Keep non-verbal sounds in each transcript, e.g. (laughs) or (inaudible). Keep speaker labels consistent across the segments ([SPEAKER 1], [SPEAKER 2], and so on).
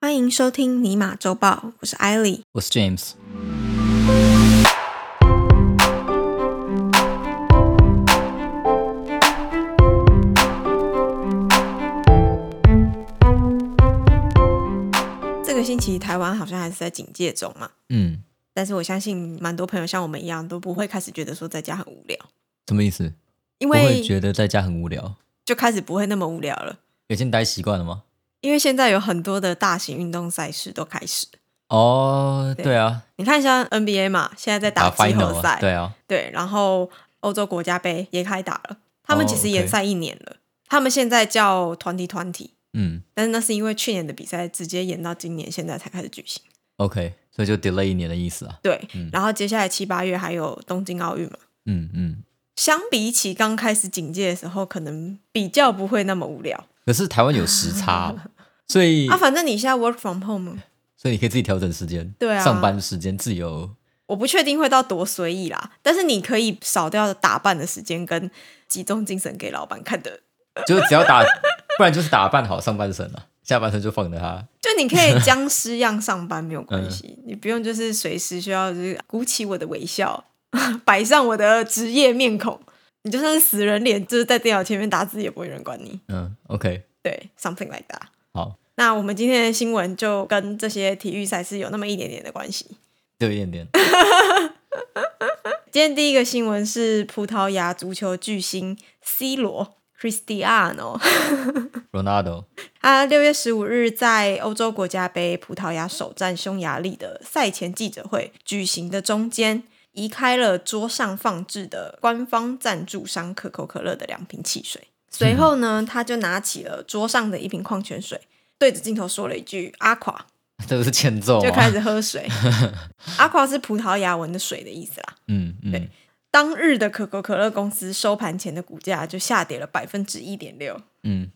[SPEAKER 1] 欢迎收听尼玛周报，我是艾莉。
[SPEAKER 2] 我是 James。
[SPEAKER 1] 这个星期台湾好像还是在警戒中嘛，
[SPEAKER 2] 嗯，
[SPEAKER 1] 但是我相信蛮多朋友像我们一样都不会开始觉得说在家很无聊，
[SPEAKER 2] 什么意思？
[SPEAKER 1] 因
[SPEAKER 2] 不会
[SPEAKER 1] 为
[SPEAKER 2] 觉得在家很无聊？
[SPEAKER 1] 就开始不会那么无聊了。
[SPEAKER 2] 已经待习惯了吗？
[SPEAKER 1] 因为现在有很多的大型运动赛事都开始，
[SPEAKER 2] 哦，
[SPEAKER 1] 对
[SPEAKER 2] 对啊，
[SPEAKER 1] 你看像 NBA 嘛，现在在打季
[SPEAKER 2] final
[SPEAKER 1] 后赛，
[SPEAKER 2] 啊，对啊，
[SPEAKER 1] 对，然后欧洲国家杯也开打了，他们
[SPEAKER 2] 哦
[SPEAKER 1] 其实
[SPEAKER 2] OK
[SPEAKER 1] 也赛一年了，他们现在叫团体团体，
[SPEAKER 2] 嗯
[SPEAKER 1] 但是那是因为去年的比赛直接延到今年，现在才开始举行。
[SPEAKER 2] ，OK，所以就 delay 一年的意思啊。
[SPEAKER 1] 对，
[SPEAKER 2] 嗯
[SPEAKER 1] 然后接下来七八月还有东京奥运嘛。
[SPEAKER 2] 嗯嗯，
[SPEAKER 1] 相比起刚开始警戒的时候，可能比较不会那么无聊
[SPEAKER 2] 可是台湾有时差
[SPEAKER 1] (laughs)
[SPEAKER 2] 哦，所以
[SPEAKER 1] 啊。反正你现在 work from home，嘛
[SPEAKER 2] 所以你可以自己调整时间，
[SPEAKER 1] 对啊
[SPEAKER 2] 上班时间自由。
[SPEAKER 1] 我不确定会到多随意啦，但是你可以少掉打扮的时间，跟集中精神给老板看的。
[SPEAKER 2] 就是只要打， (laughs) 不然就是打扮好上半身啊，下半身就放着它。
[SPEAKER 1] 就你可以僵尸样上班没有关系，你不用就是随时需要就是鼓起我的微笑，摆上我的职业面孔。你就算是死人脸，就是在电脑前面打字也不会有人管你。
[SPEAKER 2] 嗯，OK，
[SPEAKER 1] 对，something like that。
[SPEAKER 2] 好，
[SPEAKER 1] 那我们今天的新闻就跟这些体育赛事有那么一点点的关系。
[SPEAKER 2] 就一点点。
[SPEAKER 1] 今天第一个新闻是葡萄牙足球巨星 C 罗 Cristiano，
[SPEAKER 2] Ronaldo， (laughs)
[SPEAKER 1] 他六月十五日在欧洲国家杯葡萄牙首战匈牙利的赛前记者会举行的中间，移开了桌上放置的官方赞助商可口可乐的两瓶汽水。随后呢，他就拿起了桌上的一瓶矿泉水，对着镜头说了一句“阿垮”。
[SPEAKER 2] 这不是欠揍
[SPEAKER 1] 就开
[SPEAKER 2] 吗？
[SPEAKER 1] 始喝
[SPEAKER 2] (laughs)
[SPEAKER 1] 水。阿夸是葡萄牙文的水的意思啦。
[SPEAKER 2] 嗯嗯
[SPEAKER 1] 对，当日的可口可乐公司收盘前的股价就下跌了百分之一点六，
[SPEAKER 2] 嗯。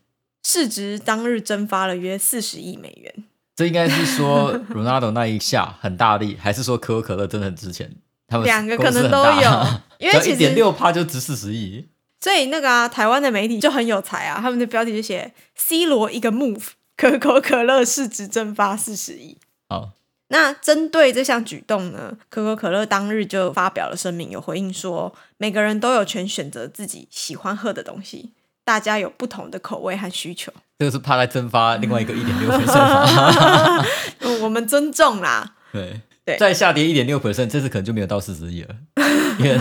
[SPEAKER 1] 市值当日蒸发了约四十亿美元。
[SPEAKER 2] 这应该是说 Ronaldo 那一下很大力，还是说可口可乐真的很值钱？他们
[SPEAKER 1] 两个
[SPEAKER 2] 公司
[SPEAKER 1] 可能
[SPEAKER 2] 很大
[SPEAKER 1] 都有 (laughs) 因为其实
[SPEAKER 2] 一点六趴就值四十亿。
[SPEAKER 1] 所以那个啊，台湾的媒体就很有才啊，他们的标题就写 “C 罗一个 move，可口可乐市值蒸发四十亿”。
[SPEAKER 2] 好，
[SPEAKER 1] 那针对这项举动呢，可口可乐当日就发表了声明，有回应说，每个人都有权选择自己喜欢喝的东西，大家有不同的口味和需求。
[SPEAKER 2] 这个是怕在蒸发另外一个一
[SPEAKER 1] (laughs)
[SPEAKER 2] 点六 percent，
[SPEAKER 1] 嗯我们尊重啦。
[SPEAKER 2] (laughs) 对
[SPEAKER 1] 对
[SPEAKER 2] 再下跌一点六 percent，这次可能就没有到四十亿了，因为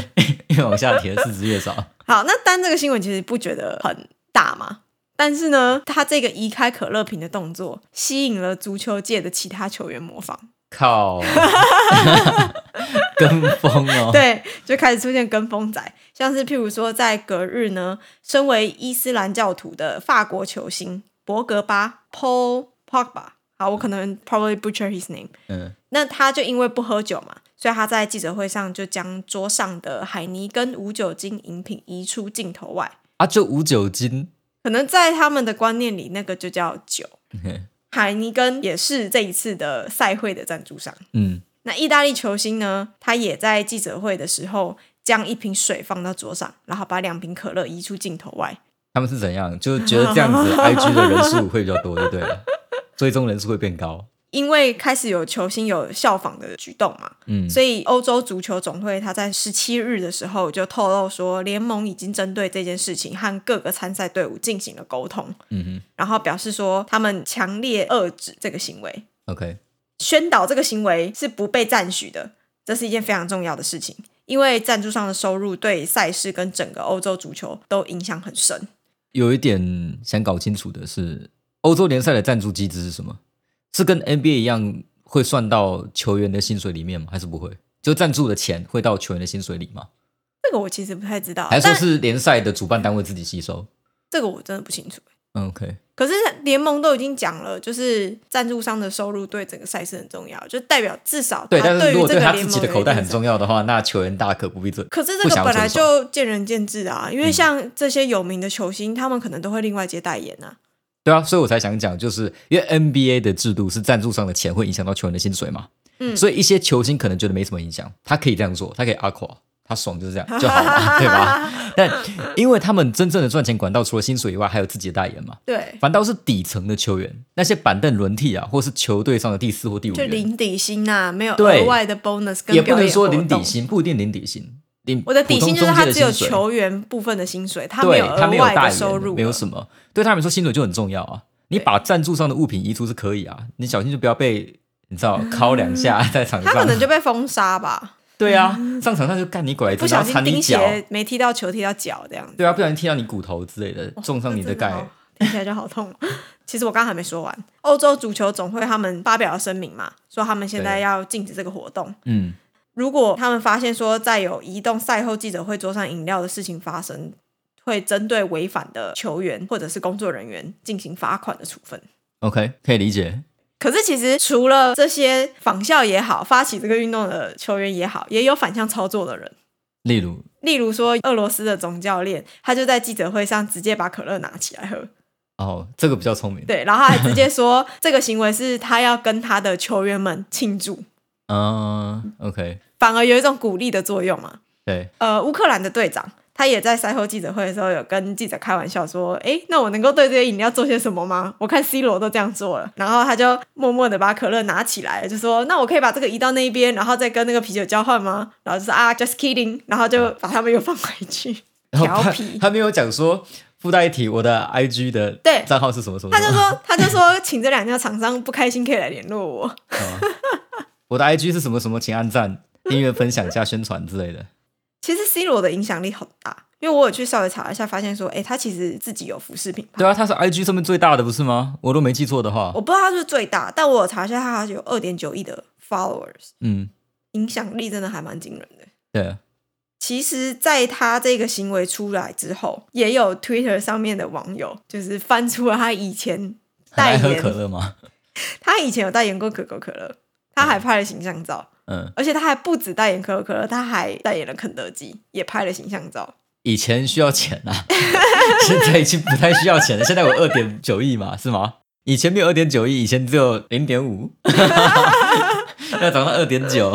[SPEAKER 2] 因为往下跌四十越少。
[SPEAKER 1] 好，那单这个新闻其实不觉得很大嘛，但是呢，他这个移开可乐瓶的动作，吸引了足球界的其他球员模仿，
[SPEAKER 2] 靠， (laughs) 跟风哦。，
[SPEAKER 1] 对，就开始出现跟风仔，像是譬如说，在隔日呢，身为伊斯兰教徒的法国球星博格巴 （Paul Pogba），好，我可能 probably butcher his name，
[SPEAKER 2] 嗯，
[SPEAKER 1] 那他就因为不喝酒嘛，所以他在记者会上就将桌上的海尼根无酒精饮品移出镜头外。
[SPEAKER 2] 啊，就无酒精，
[SPEAKER 1] 可能在他们的观念里，那个就叫酒。海尼根也是这一次的赛会的赞助商。
[SPEAKER 2] 嗯，
[SPEAKER 1] 那意大利球星呢，他也在记者会的时候将一瓶水放到桌上，然后把两瓶可乐移出镜头外。
[SPEAKER 2] 他们是怎样？就觉得这
[SPEAKER 1] (laughs)
[SPEAKER 2] 样子 IG 的人数会比较多，就对了，追踪人数会变高。
[SPEAKER 1] 因为开始有球星有效仿的举动嘛，
[SPEAKER 2] 嗯，
[SPEAKER 1] 所以欧洲足球总会他在十七日的时候就透露说，联盟已经针对这件事情和各个参赛队伍进行了沟通，
[SPEAKER 2] 嗯
[SPEAKER 1] 然后表示说他们强烈遏制这个行为。
[SPEAKER 2] 哼，OK，
[SPEAKER 1] 宣导这个行为是不被赞许的，这是一件非常重要的事情，因为赞助商的收入对赛事跟整个欧洲足球都影响很深。
[SPEAKER 2] 有一点想搞清楚的是，欧洲联赛的赞助机制是什么？是跟 NBA 一样会算到球员的薪水里面吗？还是不会？就赞助的钱会到球员的薪水里吗？
[SPEAKER 1] 这个我其实不太知道，
[SPEAKER 2] 还是
[SPEAKER 1] 但
[SPEAKER 2] 说是联赛的主办单位自己吸收？
[SPEAKER 1] 这个我真的不清楚。
[SPEAKER 2] 嗯，OK，
[SPEAKER 1] 可是联盟都已经讲了，就是赞助商的收入对整个赛事很重要，就代表至少
[SPEAKER 2] 对。
[SPEAKER 1] 他
[SPEAKER 2] 但是
[SPEAKER 1] 啊对
[SPEAKER 2] 如
[SPEAKER 1] 于
[SPEAKER 2] 果
[SPEAKER 1] 这
[SPEAKER 2] 对
[SPEAKER 1] 个
[SPEAKER 2] 他
[SPEAKER 1] 联
[SPEAKER 2] 自
[SPEAKER 1] 盟
[SPEAKER 2] 己的口袋
[SPEAKER 1] 有
[SPEAKER 2] 很
[SPEAKER 1] 一定
[SPEAKER 2] 重要的话，那球员大可不必这。嗯
[SPEAKER 1] 可是这
[SPEAKER 2] 不
[SPEAKER 1] 个
[SPEAKER 2] 想要
[SPEAKER 1] 本来
[SPEAKER 2] 遵守
[SPEAKER 1] 就见仁见智啊，因为像这些有名的球星，他们可能都会另外接代言啊。
[SPEAKER 2] 对啊，所以我才想讲，就是因为 NBA 的制度是赞助商的钱会影响到球员的薪水嘛，
[SPEAKER 1] 嗯
[SPEAKER 2] 所以一些球星可能觉得没什么影响，他可以这样做，他可以阿垮，他爽就是这样就好
[SPEAKER 1] (laughs)
[SPEAKER 2] 了，对吧？ (laughs) 但因为他们真正的赚钱管道除了薪水以外，还有自己的代言嘛，
[SPEAKER 1] 对，
[SPEAKER 2] 反倒是底层的球员，那些板凳轮替啊，或是球队上的第四或第五
[SPEAKER 1] 就
[SPEAKER 2] 人，
[SPEAKER 1] 零底薪呐、没有
[SPEAKER 2] 对
[SPEAKER 1] 额外的 bonus 跟
[SPEAKER 2] 也不
[SPEAKER 1] 表
[SPEAKER 2] 能
[SPEAKER 1] 演
[SPEAKER 2] 说
[SPEAKER 1] 活
[SPEAKER 2] 零底
[SPEAKER 1] 动。
[SPEAKER 2] 薪，不一定零底薪。领
[SPEAKER 1] 我的
[SPEAKER 2] 普
[SPEAKER 1] 底
[SPEAKER 2] 通
[SPEAKER 1] 薪就是
[SPEAKER 2] 中
[SPEAKER 1] 他
[SPEAKER 2] 介的
[SPEAKER 1] 只有
[SPEAKER 2] 薪水
[SPEAKER 1] 球员部分的薪水，他没
[SPEAKER 2] 对
[SPEAKER 1] 有
[SPEAKER 2] 他
[SPEAKER 1] 额
[SPEAKER 2] 没有
[SPEAKER 1] 外
[SPEAKER 2] 大
[SPEAKER 1] 的
[SPEAKER 2] 言
[SPEAKER 1] 收入，
[SPEAKER 2] 没有什么。对他们来说，薪水就很重要啊。你
[SPEAKER 1] 对
[SPEAKER 2] 把赞助商的物品移除是可以啊，你小心就不要被你知道敲两下在场
[SPEAKER 1] 他
[SPEAKER 2] 上。
[SPEAKER 1] 可能就被封杀
[SPEAKER 2] (laughs)
[SPEAKER 1] 吧，
[SPEAKER 2] 对啊，上场上就干你拐
[SPEAKER 1] 不
[SPEAKER 2] 子，
[SPEAKER 1] 小
[SPEAKER 2] 然后
[SPEAKER 1] 心
[SPEAKER 2] 缠你
[SPEAKER 1] 钉
[SPEAKER 2] 脚，
[SPEAKER 1] 鞋没踢到球，踢到脚这样子，
[SPEAKER 2] 对啊，不小心踢到你骨头之类的，撞上你的
[SPEAKER 1] 哦真
[SPEAKER 2] 盖
[SPEAKER 1] 好。听起来就好痛。哦其实我刚刚还没说完，欧洲足球总会他们发表了声明嘛，说他们现在
[SPEAKER 2] 对
[SPEAKER 1] 要禁止这个活动。
[SPEAKER 2] 嗯，
[SPEAKER 1] 如果他们发现说再有移动赛后记者会桌上饮料的事情发生，会针对违反的球员或者是工作人员进行罚款的处分。
[SPEAKER 2] OK，可以理解。
[SPEAKER 1] 可是其实除了这些仿效也好，发起这个运动的球员也好，也有反向操作的人。
[SPEAKER 2] 例如，
[SPEAKER 1] 例如说，俄罗斯的总教练，他就在记者会上直接把可乐拿起来喝，
[SPEAKER 2] 哦，这个比较聪明。
[SPEAKER 1] 对，然后还直接说这个行为是他要跟他的球员们庆祝，
[SPEAKER 2] 嗯，OK，
[SPEAKER 1] 反而有一种鼓励的作用嘛。
[SPEAKER 2] 对，
[SPEAKER 1] 呃，乌克兰的队长，他也在赛后记者会的时候有跟记者开玩笑说：“诶，那我能够对这些饮料做些什么吗？我看 C 罗都这样做了。”然后他就默默的把可乐拿起来，就说：“那我可以把这个移到那一边，然后再跟那个啤酒交换吗？”然后就说：“啊，just kidding。”然后就把他们又放回去。
[SPEAKER 2] 然后
[SPEAKER 1] 调
[SPEAKER 2] 他
[SPEAKER 1] 皮
[SPEAKER 2] 他没有讲说附带一提我的 IG 的
[SPEAKER 1] 对
[SPEAKER 2] 账号是什么什么
[SPEAKER 1] 他就
[SPEAKER 2] 什么，
[SPEAKER 1] 说：“他就说，请这两家厂商不开心可以来联络我。
[SPEAKER 2] 哦我的 IG 是什么什么，请按赞、订阅、分享加宣传之类的。”
[SPEAKER 1] 其实 C 罗的影响力很大，因为我有去稍微查一下，发现说：“诶，他其实自己有服饰品牌。”
[SPEAKER 2] 对啊，他是 IG 上面最大的，不是吗？我都没记错的话
[SPEAKER 1] 我，不知道他是不是最大，但我有查一下，他好像有二点九亿的 followers，
[SPEAKER 2] 嗯，
[SPEAKER 1] 影响力真的还蛮惊人的。
[SPEAKER 2] 对，啊
[SPEAKER 1] 其实，在他这个行为出来之后，也有 Twitter 上面的网友就是翻出了他以前
[SPEAKER 2] 很
[SPEAKER 1] 代
[SPEAKER 2] 爱喝
[SPEAKER 1] 言
[SPEAKER 2] 可，乐吗？
[SPEAKER 1] 他以前有代言过可口可乐，他还拍了形象照，
[SPEAKER 2] 嗯，
[SPEAKER 1] 而且他还不止代言可口可乐，他还代言了肯德基，也拍了形象照。
[SPEAKER 2] 以前需要钱啊， (laughs) 现在已经不太需要钱了。现在我二点九亿嘛，是吗？以前没有二点九亿，以前只有零点五， (laughs) 要涨到二点九，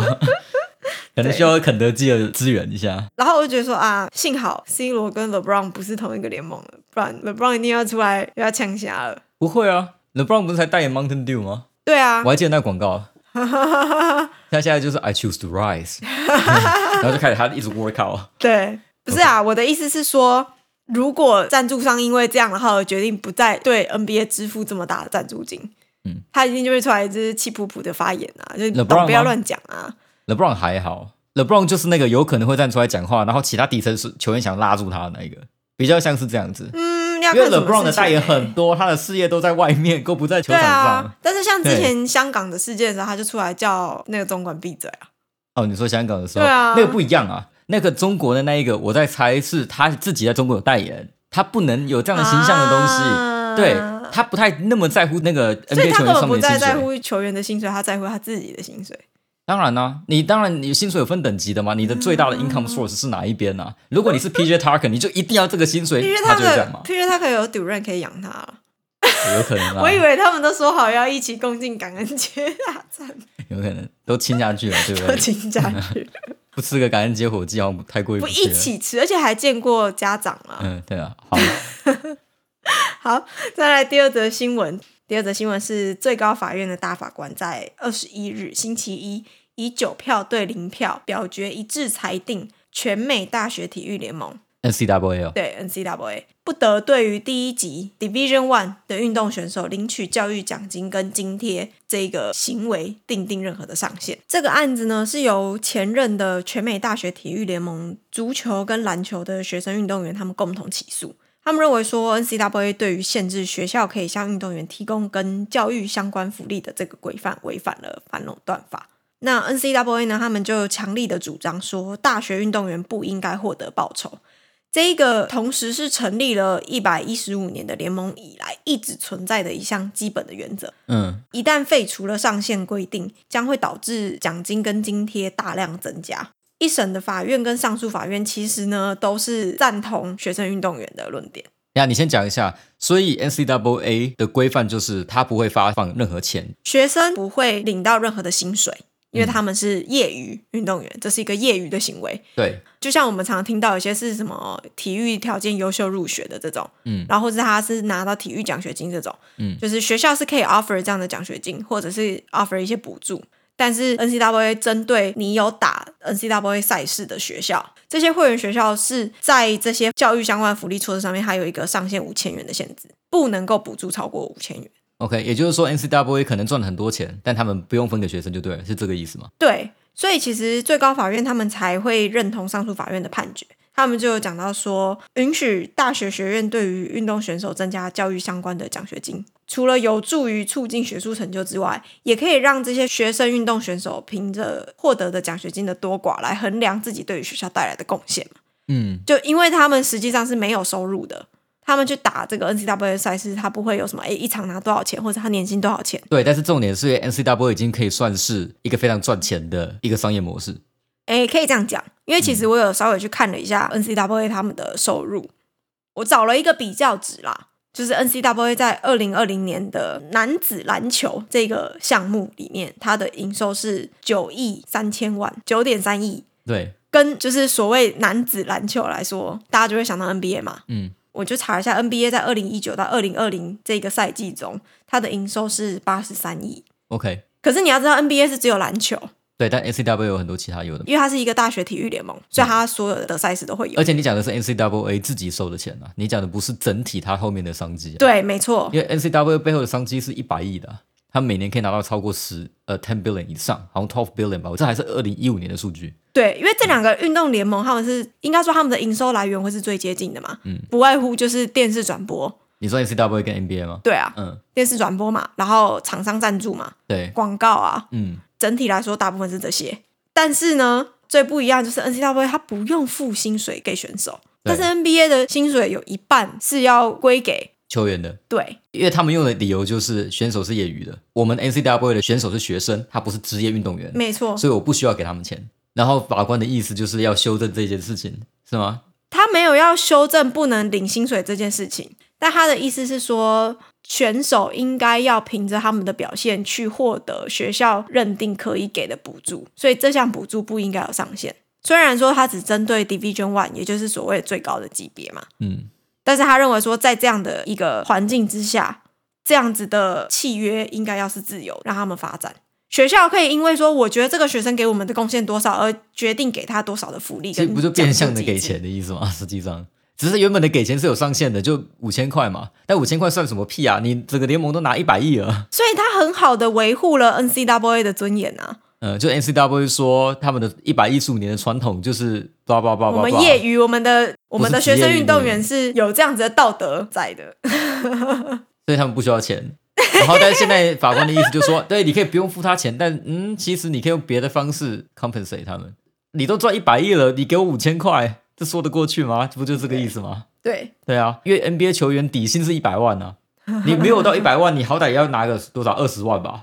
[SPEAKER 2] (laughs) 可能需要肯德基的支援一下。
[SPEAKER 1] 然后我就觉得说啊，幸好 C 罗跟 LeBron 不是同一个联盟的，不然 LeBron 一定要出来又要呛瞎了。
[SPEAKER 2] 不会啊，LeBron 不是才代言 Mountain Dew 吗？
[SPEAKER 1] 对啊
[SPEAKER 2] 我，还记得那广告。他现在就是 I choose to rise，然后就开始他一直 work out。
[SPEAKER 1] 对，不是啊，我的意思是说，如果赞助商因为这样，然后而决定不再对 NBA 支付这么大的赞助金，
[SPEAKER 2] 嗯，
[SPEAKER 1] 他一定就会出来就是气噗噗的发言啊，就是你
[SPEAKER 2] LeBron
[SPEAKER 1] 懂不要
[SPEAKER 2] 吗
[SPEAKER 1] 乱讲啊，
[SPEAKER 2] LeBron 还好，LeBron 就是那个有可能会站出来讲话，然后其他底层球员想拉住他的那一个，比较像是这样子。
[SPEAKER 1] 嗯，要
[SPEAKER 2] 因为
[SPEAKER 1] 看什么
[SPEAKER 2] LeBron 的
[SPEAKER 1] 事情
[SPEAKER 2] 代言
[SPEAKER 1] 欸
[SPEAKER 2] 很多，他的事业都在外面，都不在球
[SPEAKER 1] 对
[SPEAKER 2] 场上。
[SPEAKER 1] 啊，但是像之
[SPEAKER 2] 对
[SPEAKER 1] 前香港的事件的时候，他就出来叫那个总管闭嘴啊，
[SPEAKER 2] 哦，你说香港的时候，
[SPEAKER 1] 对啊
[SPEAKER 2] 那个不一样啊。那个中国的那一个，我在猜是他自己在中国有代言，他不能有这样的形象的东西。
[SPEAKER 1] 啊
[SPEAKER 2] 对他不太那么在乎那个
[SPEAKER 1] 所以
[SPEAKER 2] NBA
[SPEAKER 1] 他
[SPEAKER 2] 球
[SPEAKER 1] 根
[SPEAKER 2] 员
[SPEAKER 1] 本
[SPEAKER 2] 上
[SPEAKER 1] 不
[SPEAKER 2] 面的
[SPEAKER 1] 再
[SPEAKER 2] 薪
[SPEAKER 1] 在
[SPEAKER 2] 水。
[SPEAKER 1] 乎球员的薪水，他在乎他自己的薪水。
[SPEAKER 2] 当然啦、你当然你薪水有分等级的嘛，你的最
[SPEAKER 1] 嗯
[SPEAKER 2] 大的 income source 是哪一边啊？如果你是 PJ Tucker，你就一定要这个薪水
[SPEAKER 1] 因为，
[SPEAKER 2] 他
[SPEAKER 1] 他
[SPEAKER 2] 就会这样
[SPEAKER 1] 的
[SPEAKER 2] 嘛，
[SPEAKER 1] 因为他可以有主任可以养他啊，
[SPEAKER 2] 有可能啊。
[SPEAKER 1] (laughs) 我以为他们都说好要一起共进感恩节大餐，
[SPEAKER 2] 有可能都亲下去了，对不
[SPEAKER 1] (laughs) 都
[SPEAKER 2] (laughs) 对？
[SPEAKER 1] 请假去。
[SPEAKER 2] 不吃个感恩节火鸡好像不太过意
[SPEAKER 1] 不
[SPEAKER 2] 去
[SPEAKER 1] 一
[SPEAKER 2] 了。
[SPEAKER 1] 起吃，而且还见过家长啊。
[SPEAKER 2] 嗯，对啊，好，
[SPEAKER 1] 好，再来第二则新闻。第二则新闻是最高法院的大法官在二十一日星期一以九票对零票表决一致裁定，全美大学体育联盟
[SPEAKER 2] NCAA 哦，
[SPEAKER 1] 对 NCAA 不得对于第一级 Division One 的运动选手领取教育奖金跟津贴这个行为定定任何的上限。这个案子呢是由前任的全美大学体育联盟足球跟篮球的学生运动员他们共同起诉。他们认为说，NCAA 对于限制学校可以向运动员提供跟教育相关福利的这个规范，违反了反垄断法。那 NCAA 呢，他们就强力的主张说，大学运动员不应该获得报酬，这一个同时是成立了一百一十五年的联盟以来一直存在的一项基本的原则。
[SPEAKER 2] 嗯，
[SPEAKER 1] 一旦废除了上限规定，将会导致奖金跟津贴大量增加。一审的法院跟上诉法院其实呢都是赞同学生运动员的论点。
[SPEAKER 2] 那你先讲一下，所以 NCAA 的规范就是他不会发放任何钱，
[SPEAKER 1] 学生不会领到任何的薪水，因为他们是业余运动员，这是一个业余的行为。
[SPEAKER 2] 对，
[SPEAKER 1] 就像我们常听到有些是什么体育条件优秀入学的这种，
[SPEAKER 2] 嗯
[SPEAKER 1] 然后或者他是拿到体育奖学金这种，
[SPEAKER 2] 嗯
[SPEAKER 1] 就是学校是可以 offer 这样的奖学金，或者是 offer 一些补助。但是 NCAA 针对你有打 NCAA 赛事的学校，这些会员学校是在这些教育相关福利措施上面，它有一个上限五千元的限制，不能够补助超过五千元。
[SPEAKER 2] ，OK，也就是说 NCAA 可能赚了很多钱，但他们不用分给学生就对了，是这个意思吗？
[SPEAKER 1] 对，所以其实最高法院他们才会认同上诉法院的判决。他们就有讲到说，允许大学学院对于运动选手增加教育相关的奖学金，除了有助于促进学术成就之外，也可以让这些学生运动选手凭着获得的奖学金的多寡来衡量自己对于学校带来的贡献。
[SPEAKER 2] 嗯
[SPEAKER 1] 就因为他们实际上是没有收入的，他们去打这个 NCAA 赛事，他不会有什么诶一场拿多少钱，或者他年薪多少钱。
[SPEAKER 2] 对，但是重点是 NCAA 已经可以算是一个非常赚钱的一个商业模式。
[SPEAKER 1] 诶，可以这样讲，因为其实我有稍微去看了一下 NCAA 他们的收入，我找了一个比较值啦，就是 NCAA 在二零二零年的男子篮球这个项目里面，它的营收是九亿三千万，九点三亿，
[SPEAKER 2] 对，
[SPEAKER 1] 跟就是所谓男子篮球来说，大家就会想到 NBA 嘛。
[SPEAKER 2] 嗯，
[SPEAKER 1] 我就查了一下 NBA 在二零一九到二零二零这个赛季中，它的营收是八十三亿。
[SPEAKER 2] OK，
[SPEAKER 1] 可是你要知道，NBA 是只有篮球，
[SPEAKER 2] 对，但 NCAA 有很多其他有的，
[SPEAKER 1] 因为它是一个大学体育联盟，所以它所有的赛事都会有
[SPEAKER 2] 嗯而。且你讲的是 NCAA 自己收的钱啊，你讲的不是整体它后面的商机、啊。，
[SPEAKER 1] 对，没错，
[SPEAKER 2] 因为 NCAA 背后的商机是一百亿的啊、它每年可以拿到超过十呃 ten billion 以上，好像 twelve billion 吧，我这还是二零一五年的数据。
[SPEAKER 1] 对，因为这两个运动联盟，他们是应该说他们的营收来源会是最接近的嘛，嗯，不外乎就是电视转播，
[SPEAKER 2] 你说 NCAA 跟 NBA 吗？
[SPEAKER 1] 对啊，
[SPEAKER 2] 嗯，
[SPEAKER 1] 电视转播嘛，然后厂商赞助嘛，
[SPEAKER 2] 对，
[SPEAKER 1] 广告啊，
[SPEAKER 2] 嗯，
[SPEAKER 1] 整体来说大部分是这些。但是呢，最不一样就是 NCAA 它不用付薪水给选手，但
[SPEAKER 2] 对
[SPEAKER 1] 是 NBA 的薪水有一半是要归给
[SPEAKER 2] 球员的，
[SPEAKER 1] 对
[SPEAKER 2] 因为他们用的理由就是选手是业余的，我们 NCAA 的选手是学生，他不是职业运动员，
[SPEAKER 1] 没错，
[SPEAKER 2] 所以我不需要给他们钱。然后法官的意思就是要修正这件事情，是吗？
[SPEAKER 1] 他没有要修正不能领薪水这件事情，但他的意思是说，选手应该要凭着他们的表现去获得学校认定可以给的补助，所以这项补助不应该有上限。虽然说他只针对 Division One，也就是所谓最高的级别嘛，
[SPEAKER 2] 嗯，
[SPEAKER 1] 但是他认为说，在这样的一个环境之下，这样子的契约应该要是自由，让他们发展。学校可以因为说，我觉得这个学生给我们的贡献多少，而决定给他多少的福利
[SPEAKER 2] 这
[SPEAKER 1] 跟
[SPEAKER 2] 不就变相的
[SPEAKER 1] 奖助
[SPEAKER 2] 给
[SPEAKER 1] 机制
[SPEAKER 2] 钱的意思吗？ (laughs) 实际上，只是原本的给钱是有上限的，就五千块嘛。但五千块算什么屁啊？你整个联盟都拿一百亿了。 (laughs)
[SPEAKER 1] 所以他很好的维护了 NCAA 的尊严啊。
[SPEAKER 2] 呃，就 NCAA 说他们的一百一十五年的传统就是叭叭叭叭叭，
[SPEAKER 1] 我们业余，我们的我们的
[SPEAKER 2] 不是
[SPEAKER 1] 学
[SPEAKER 2] 职业
[SPEAKER 1] 生运
[SPEAKER 2] 运动
[SPEAKER 1] 动员是有这样子的道德在的。 (laughs)
[SPEAKER 2] 所以他们不需要钱。 (laughs) 然后，但是现在法官的意思就是说， (laughs) 对，你可以不用付他钱，但嗯，其实你可以用别的方式 compensate 他们。你都赚一百亿了，你给我五千块，这说得过去吗？这不就这个意思吗？
[SPEAKER 1] 对，
[SPEAKER 2] 对啊，因为 NBA 球员底薪是一百万啊，你没有到一百万，你好歹也要拿个多少二十万吧，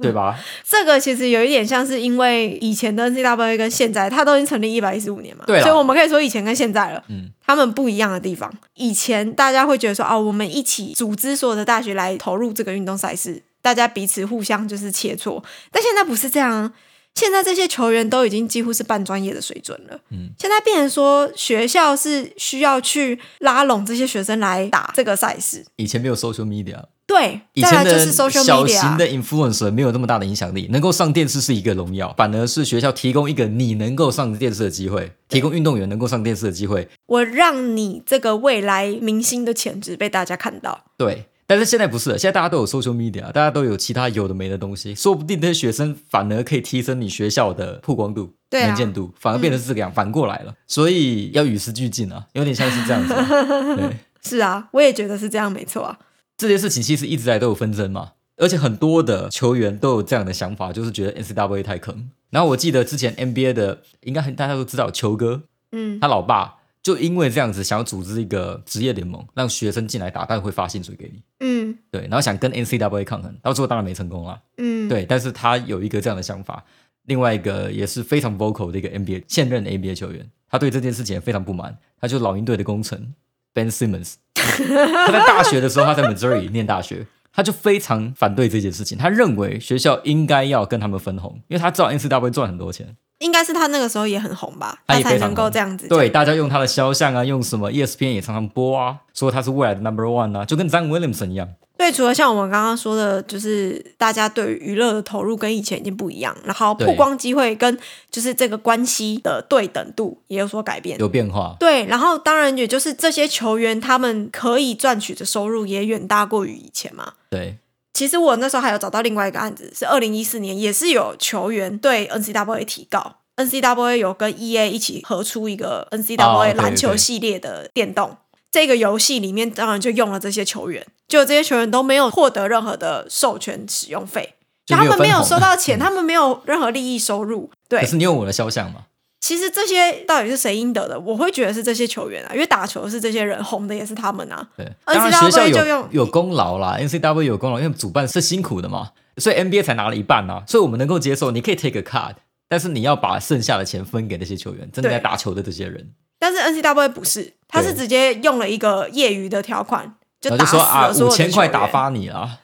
[SPEAKER 2] 对吧？
[SPEAKER 1] 这个其实有一点像是因为以前的 NCAA 跟现在，它都已经成立一百一十五年嘛，
[SPEAKER 2] 对啦
[SPEAKER 1] 所以我们可以说以前跟现在了，
[SPEAKER 2] 嗯，
[SPEAKER 1] 他们不一样的地方。以前大家会觉得说，哦，我们一起组织所有的大学来投入这个运动赛事，大家彼此互相就是切磋，但现在不是这样啊。现在这些球员都已经几乎是半专业的水准了，
[SPEAKER 2] 嗯，
[SPEAKER 1] 现在变成说学校是需要去拉拢这些学生来打这个赛事，
[SPEAKER 2] 以前没有 social media，
[SPEAKER 1] 对，
[SPEAKER 2] 以
[SPEAKER 1] 再来
[SPEAKER 2] 前
[SPEAKER 1] 就
[SPEAKER 2] 的
[SPEAKER 1] 是 social
[SPEAKER 2] 小
[SPEAKER 1] media，啊
[SPEAKER 2] 型的 influencer 没有那么大的影响力，能够上电视是一个荣耀，反而是学校提供一个你能够上电视的机会，提供运动员能够上电视的机会。
[SPEAKER 1] 我让你这个未来明星的潜质被大家看到。
[SPEAKER 2] 对，但是现在不是了，现在大家都有 social media，大家都有其他有的没的东西，说不定那些学生反而可以提升你学校的曝光度、
[SPEAKER 1] 对啊嗯
[SPEAKER 2] 能见度，反而变成是这个样，反过来了，所以要与时俱进啊，有点像是
[SPEAKER 1] (laughs)
[SPEAKER 2] 这样子啊、对。
[SPEAKER 1] 是啊，我也觉得是这样，没错啊。
[SPEAKER 2] 这件事情其实一直以来都有纷争嘛，而且很多的球员都有这样的想法，就是觉得 NCAA 太坑。然后我记得之前 NBA 的，应该很大家都知道，球哥
[SPEAKER 1] 嗯，
[SPEAKER 2] 他老爸就因为这样子想要组织一个职业联盟，让学生进来打，但会发薪水给你，
[SPEAKER 1] 嗯
[SPEAKER 2] 对，然后想跟 NCAA 抗衡，到最后当然没成功啦，
[SPEAKER 1] 嗯，
[SPEAKER 2] 对，但是他有一个这样的想法。另外一个也是非常 vocal 的一个 NBA 现任的 NBA 球员，他对这件事情也非常不满，
[SPEAKER 1] (laughs)
[SPEAKER 2] 他就老鹰队的功臣 Ben Simmons，他在大学的时候他在 Missouri 念大学，他就非常反对这件事情，他认为学校应该要跟他们分红，因为他知道 N C W 赚很多钱，
[SPEAKER 1] 应该是他那个时候也很红吧，
[SPEAKER 2] 他也
[SPEAKER 1] 才
[SPEAKER 2] 非常
[SPEAKER 1] 能够
[SPEAKER 2] 红
[SPEAKER 1] 这样子讲。
[SPEAKER 2] 对，大家用他的肖像啊，用什么 ESPN 也常常播啊，说他是未来的 Number One 啊，就跟 Zion Williamson 一样。
[SPEAKER 1] 对，除了像我们刚刚说的，就是大家对于娱乐的投入跟以前已经不一样，然后
[SPEAKER 2] 对
[SPEAKER 1] 曝光机会跟就是这个关系的对等度也有所改变。
[SPEAKER 2] 有变化。
[SPEAKER 1] 对，然后当然也就是这些球员他们可以赚取的收入也远大过于以前嘛。
[SPEAKER 2] 对，
[SPEAKER 1] 其实我那时候还有找到另外一个案子，是二零一四年，也是有球员对 NCAA 提告，NCAA 有跟 EA 一起合出一个
[SPEAKER 2] 哦
[SPEAKER 1] NCAA
[SPEAKER 2] 对
[SPEAKER 1] 篮球
[SPEAKER 2] 对
[SPEAKER 1] 系列的电动。这个游戏里面当然就用了这些球员，就这些球员都没有获得任何的授权使用费，
[SPEAKER 2] 就
[SPEAKER 1] 他
[SPEAKER 2] 没有
[SPEAKER 1] 们没有
[SPEAKER 2] 分红嗯
[SPEAKER 1] 收
[SPEAKER 2] (laughs)
[SPEAKER 1] 到钱，他们没有任何利益收入。对
[SPEAKER 2] 可，是你用我的肖像嘛？
[SPEAKER 1] 其实这些到底是谁应得的？我会觉得是这些球员啊，因为打球是这些人，红的也是他们啊。
[SPEAKER 2] 对，
[SPEAKER 1] NCAA
[SPEAKER 2] 当然学校
[SPEAKER 1] 就
[SPEAKER 2] 有
[SPEAKER 1] 用
[SPEAKER 2] 有功劳啦，NCW 有功劳，因为主办是辛苦的嘛，所以 NBA 才拿了一半啊，所以我们能够接受，你可以 take a card，但是你要把剩下的钱分给那些球员，真的在
[SPEAKER 1] 对
[SPEAKER 2] 打球的这些人，
[SPEAKER 1] 但是 NCAA 不是，他是
[SPEAKER 2] 对
[SPEAKER 1] 直接用了一个业余的条款，就
[SPEAKER 2] 然
[SPEAKER 1] 打
[SPEAKER 2] 后就
[SPEAKER 1] 死
[SPEAKER 2] 说啊
[SPEAKER 1] 了，所有
[SPEAKER 2] 五
[SPEAKER 1] 的
[SPEAKER 2] 千
[SPEAKER 1] 球
[SPEAKER 2] 块
[SPEAKER 1] 员，
[SPEAKER 2] 打发你啊，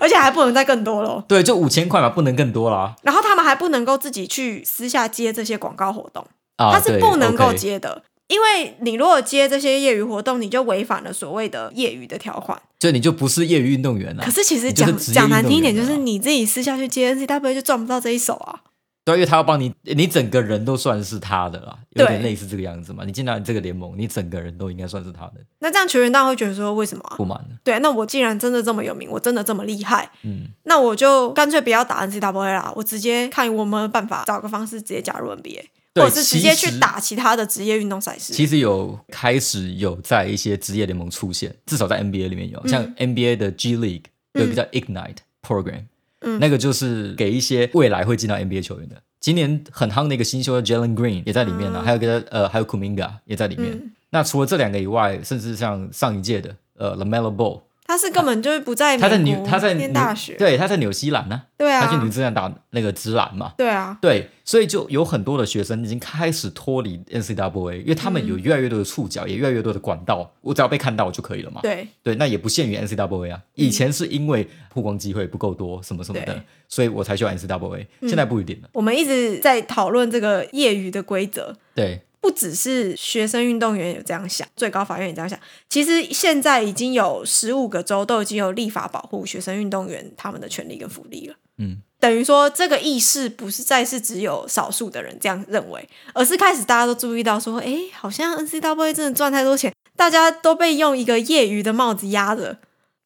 [SPEAKER 1] 而且还不能再更多了。哦
[SPEAKER 2] 对，就五千块嘛，不能更多啦。
[SPEAKER 1] 然后他们还不能够自己去私下接这些广告活动，
[SPEAKER 2] 啊，
[SPEAKER 1] 他是
[SPEAKER 2] 对
[SPEAKER 1] 不能够
[SPEAKER 2] OK
[SPEAKER 1] 接的。因为你如果接这些业余活动，你就违反了所谓的业余的条款。
[SPEAKER 2] 就你就不是业余运动员啊了、
[SPEAKER 1] 可是其实
[SPEAKER 2] 你就是
[SPEAKER 1] 讲
[SPEAKER 2] 职业
[SPEAKER 1] 讲难听一
[SPEAKER 2] 运动
[SPEAKER 1] 点，
[SPEAKER 2] 员
[SPEAKER 1] 就是
[SPEAKER 2] 啊
[SPEAKER 1] 你自己私下去接 NCAA 就赚不到这一手啊。
[SPEAKER 2] 对啊，因为他要帮你，你整个人都算是他的啦，有点
[SPEAKER 1] 对
[SPEAKER 2] 类似这个样子嘛。你进到你这个联盟，你整个人都应该算是他的，
[SPEAKER 1] 那这样球员当然会觉得说，为什么啊？
[SPEAKER 2] 不满的，
[SPEAKER 1] 对，那我既然真的这么有名，我真的这么厉害，
[SPEAKER 2] 嗯。
[SPEAKER 1] 那我就干脆不要打 NCAA 啦，我直接看我们办法找个方式直接加入 NBA，
[SPEAKER 2] 对
[SPEAKER 1] 或者是直接
[SPEAKER 2] 其
[SPEAKER 1] 去
[SPEAKER 2] 实
[SPEAKER 1] 打其他的职业运动赛事。
[SPEAKER 2] 其实有开始有在一些职业联盟出现，至少在 NBA 里面有，像 NBA 的 G League 有一个叫 Ignite Program，、
[SPEAKER 1] 嗯
[SPEAKER 2] 那个就是给一些未来会进到 NBA 球员的。今年很夯的一个新秀叫 Jalen Green 也在里
[SPEAKER 1] 啊
[SPEAKER 2] 面呢、还有一个叫呃还有 Kuminga 也在里面。
[SPEAKER 1] 嗯
[SPEAKER 2] 那除了这两个以外，甚至像上一届的呃 Lamelo Ball，
[SPEAKER 1] 他是根本就是不在
[SPEAKER 2] 他在
[SPEAKER 1] 美
[SPEAKER 2] 纽
[SPEAKER 1] 国
[SPEAKER 2] 他在
[SPEAKER 1] 念
[SPEAKER 2] 纽
[SPEAKER 1] 大学，
[SPEAKER 2] 对他在纽西兰呢、
[SPEAKER 1] 对
[SPEAKER 2] 他去
[SPEAKER 1] 啊
[SPEAKER 2] 纽，西兰打那个直篮嘛。
[SPEAKER 1] 对啊，
[SPEAKER 2] 对，所以就有很多的学生已经开始脱离 NCAA，因为他们有
[SPEAKER 1] 嗯
[SPEAKER 2] 越来越多的触角，也越来越多的管道，我只要被看到就可以了嘛。
[SPEAKER 1] 对，嗯
[SPEAKER 2] 那也不限于 NCAA 啊。以前是因为曝光机会不够多，什么什么的
[SPEAKER 1] 对，嗯
[SPEAKER 2] 所以我才需要 NCAA。现在不一定了。
[SPEAKER 1] 我们一直在讨论这个业余的规则。
[SPEAKER 2] 对，
[SPEAKER 1] 不只是学生运动员有这样想，最高法院也这样想。其实现在已经有十五个州都已经有立法保护学生运动员他们的权利跟福利了。
[SPEAKER 2] 嗯，
[SPEAKER 1] 等于说这个意识不是再是只有少数的人这样认为，而是开始大家都注意到说，哎，好像 NCAA 真的赚太多钱，大家都被用一个业余的帽子压
[SPEAKER 2] (laughs)
[SPEAKER 1] 着，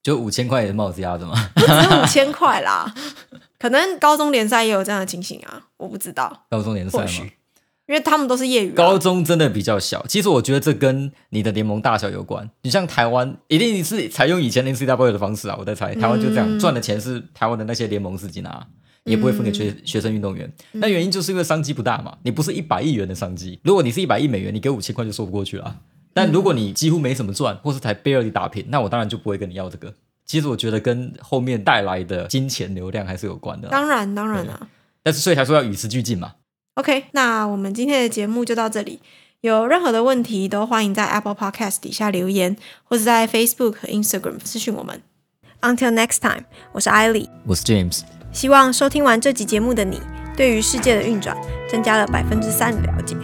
[SPEAKER 2] 就五千块的帽子压着嘛。
[SPEAKER 1] 不止五千块啦。可能高中联赛也有这样的情形啊，我不知道，
[SPEAKER 2] 高中联赛
[SPEAKER 1] 或
[SPEAKER 2] 嘛
[SPEAKER 1] 许，因为他们都是业余、啊
[SPEAKER 2] 高。中真的比较小。其实我觉得这跟你的联盟大小有关。你像台湾，一定是采用以前 NCAA 的方式啊，我在猜，台湾就这样、赚的钱是台湾的那些联盟自己拿。也不会分给学、学生运动员，那原因就是因为商机不大嘛。你不是一百亿元的商机，如果你是一百亿美元，你给五千块就说不过去了。啊但如果你几乎没什么赚，或是才 barely 打平，那我当然就不会跟你要这个。其实我觉得跟后面带来的金钱流量还是有关的啦，
[SPEAKER 1] 当然，当然啊。
[SPEAKER 2] 但是所以才说要与时俱进嘛。
[SPEAKER 1] OK，那我们今天的节目就到这里。有任何的问题，都欢迎在 Apple Podcast 底下留言，或是在 Facebook 和 Instagram 私讯我们。Until next time，我是艾莉。
[SPEAKER 2] 我是 James，
[SPEAKER 1] 希望收听完这集节目的你，对于世界的运转增加了百分之三的了解。